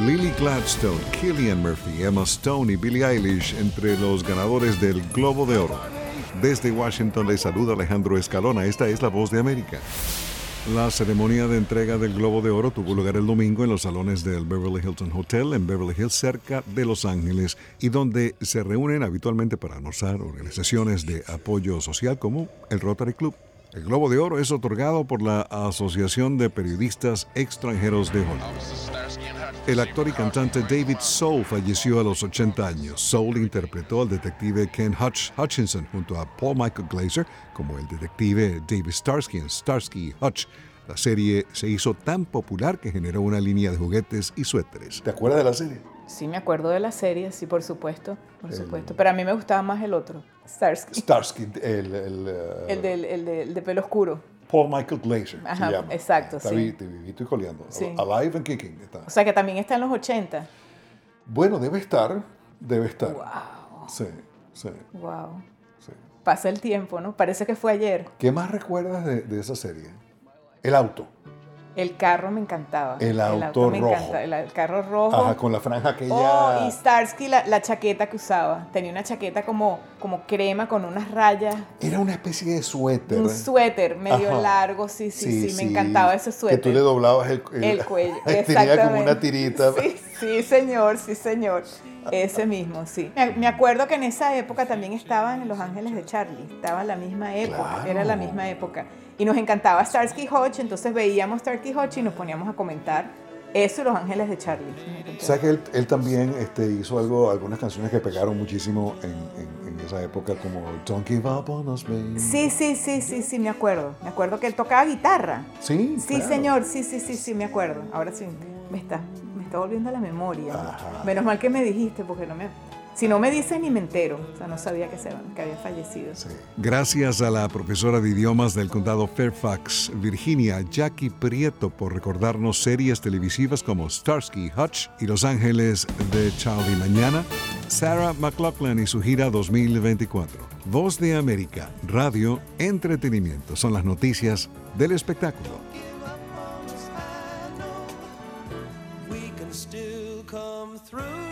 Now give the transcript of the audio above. Lily Gladstone, Killian Murphy, Emma Stone y Billie Eilish entre los ganadores del Globo de Oro. Desde Washington les saluda Alejandro Escalona, esta es La Voz de América. La ceremonia de entrega del Globo de Oro tuvo lugar el domingo en los salones del Beverly Hilton Hotel en Beverly Hills, cerca de Los Ángeles, y donde se reúnen habitualmente para almorzar organizaciones de apoyo social como el Rotary Club. El Globo de Oro es otorgado por la Asociación de Periodistas Extranjeros de Hollywood. El actor y cantante David Soul falleció a los 80 años. Soul interpretó al detective Ken Hutch Hutchinson junto a Paul Michael Glazer como el detective David Starsky en Starsky Hutch. La serie se hizo tan popular que generó una línea de juguetes y suéteres. ¿Te acuerdas de la serie? Sí, me acuerdo de la serie, sí, por supuesto, por el, supuesto. Pero a mí me gustaba más el otro, Starsky. Starsky, el... El, eh, uh, el, del, el de, de, pelo oscuro. Paul Michael Glazer, Ajá, se llama. exacto, está sí. Vi, te vivito y coleando. Sí. Alive and Kicking. Está. O sea, que también está en los 80. Bueno, debe estar, debe estar. Wow. Sí, sí. Wow. Sí. Pasa el tiempo, ¿no? Parece que fue ayer. ¿Qué más recuerdas de, de esa serie? El auto. El carro me encantaba. El auto, el auto me rojo. Encanta. El, el, carro rojo. Ajá, con la franja aquella. Oh, y Starsky, la, la, chaqueta que usaba. Tenía una chaqueta como, como crema con unas rayas. Era una especie de suéter. Un suéter medio Ajá. largo, sí sí, sí, sí, sí, Me encantaba ese suéter. Que tú le doblabas el, el cuello. Tenía como una tirita. Sí, sí, señor, sí, señor. Ese mismo, sí. Me acuerdo que en esa época también estaba en Los Ángeles de Charlie. Estaba la misma época. Claro. Era la misma época y nos encantaba Starsky Hodge, entonces veíamos Starsky Hodge y nos poníamos a comentar eso y Los Ángeles de Charlie. O sea que él, él también este, hizo algo, algunas canciones que pegaron muchísimo en, en, en esa época, como Don't Give Up on Us, baby. Sí, sí, sí, sí, sí, me acuerdo. Me acuerdo que él tocaba guitarra. Sí. Sí, claro. señor, sí, sí, sí, sí, me acuerdo. Ahora sí, me está, me está volviendo a la memoria. Ajá. Menos mal que me dijiste, porque no me, si no me dicen ni me entero, o sea, no sabía que, se, que había fallecido. Sí. Gracias a la profesora de idiomas del condado Fairfax, Virginia, Jackie Prieto, por recordarnos series televisivas como Starsky Hutch y Los Ángeles de Charlie Mañana, Sarah McLaughlin y su gira 2024. Voz de América, radio, entretenimiento, son las noticias del espectáculo. Still come through.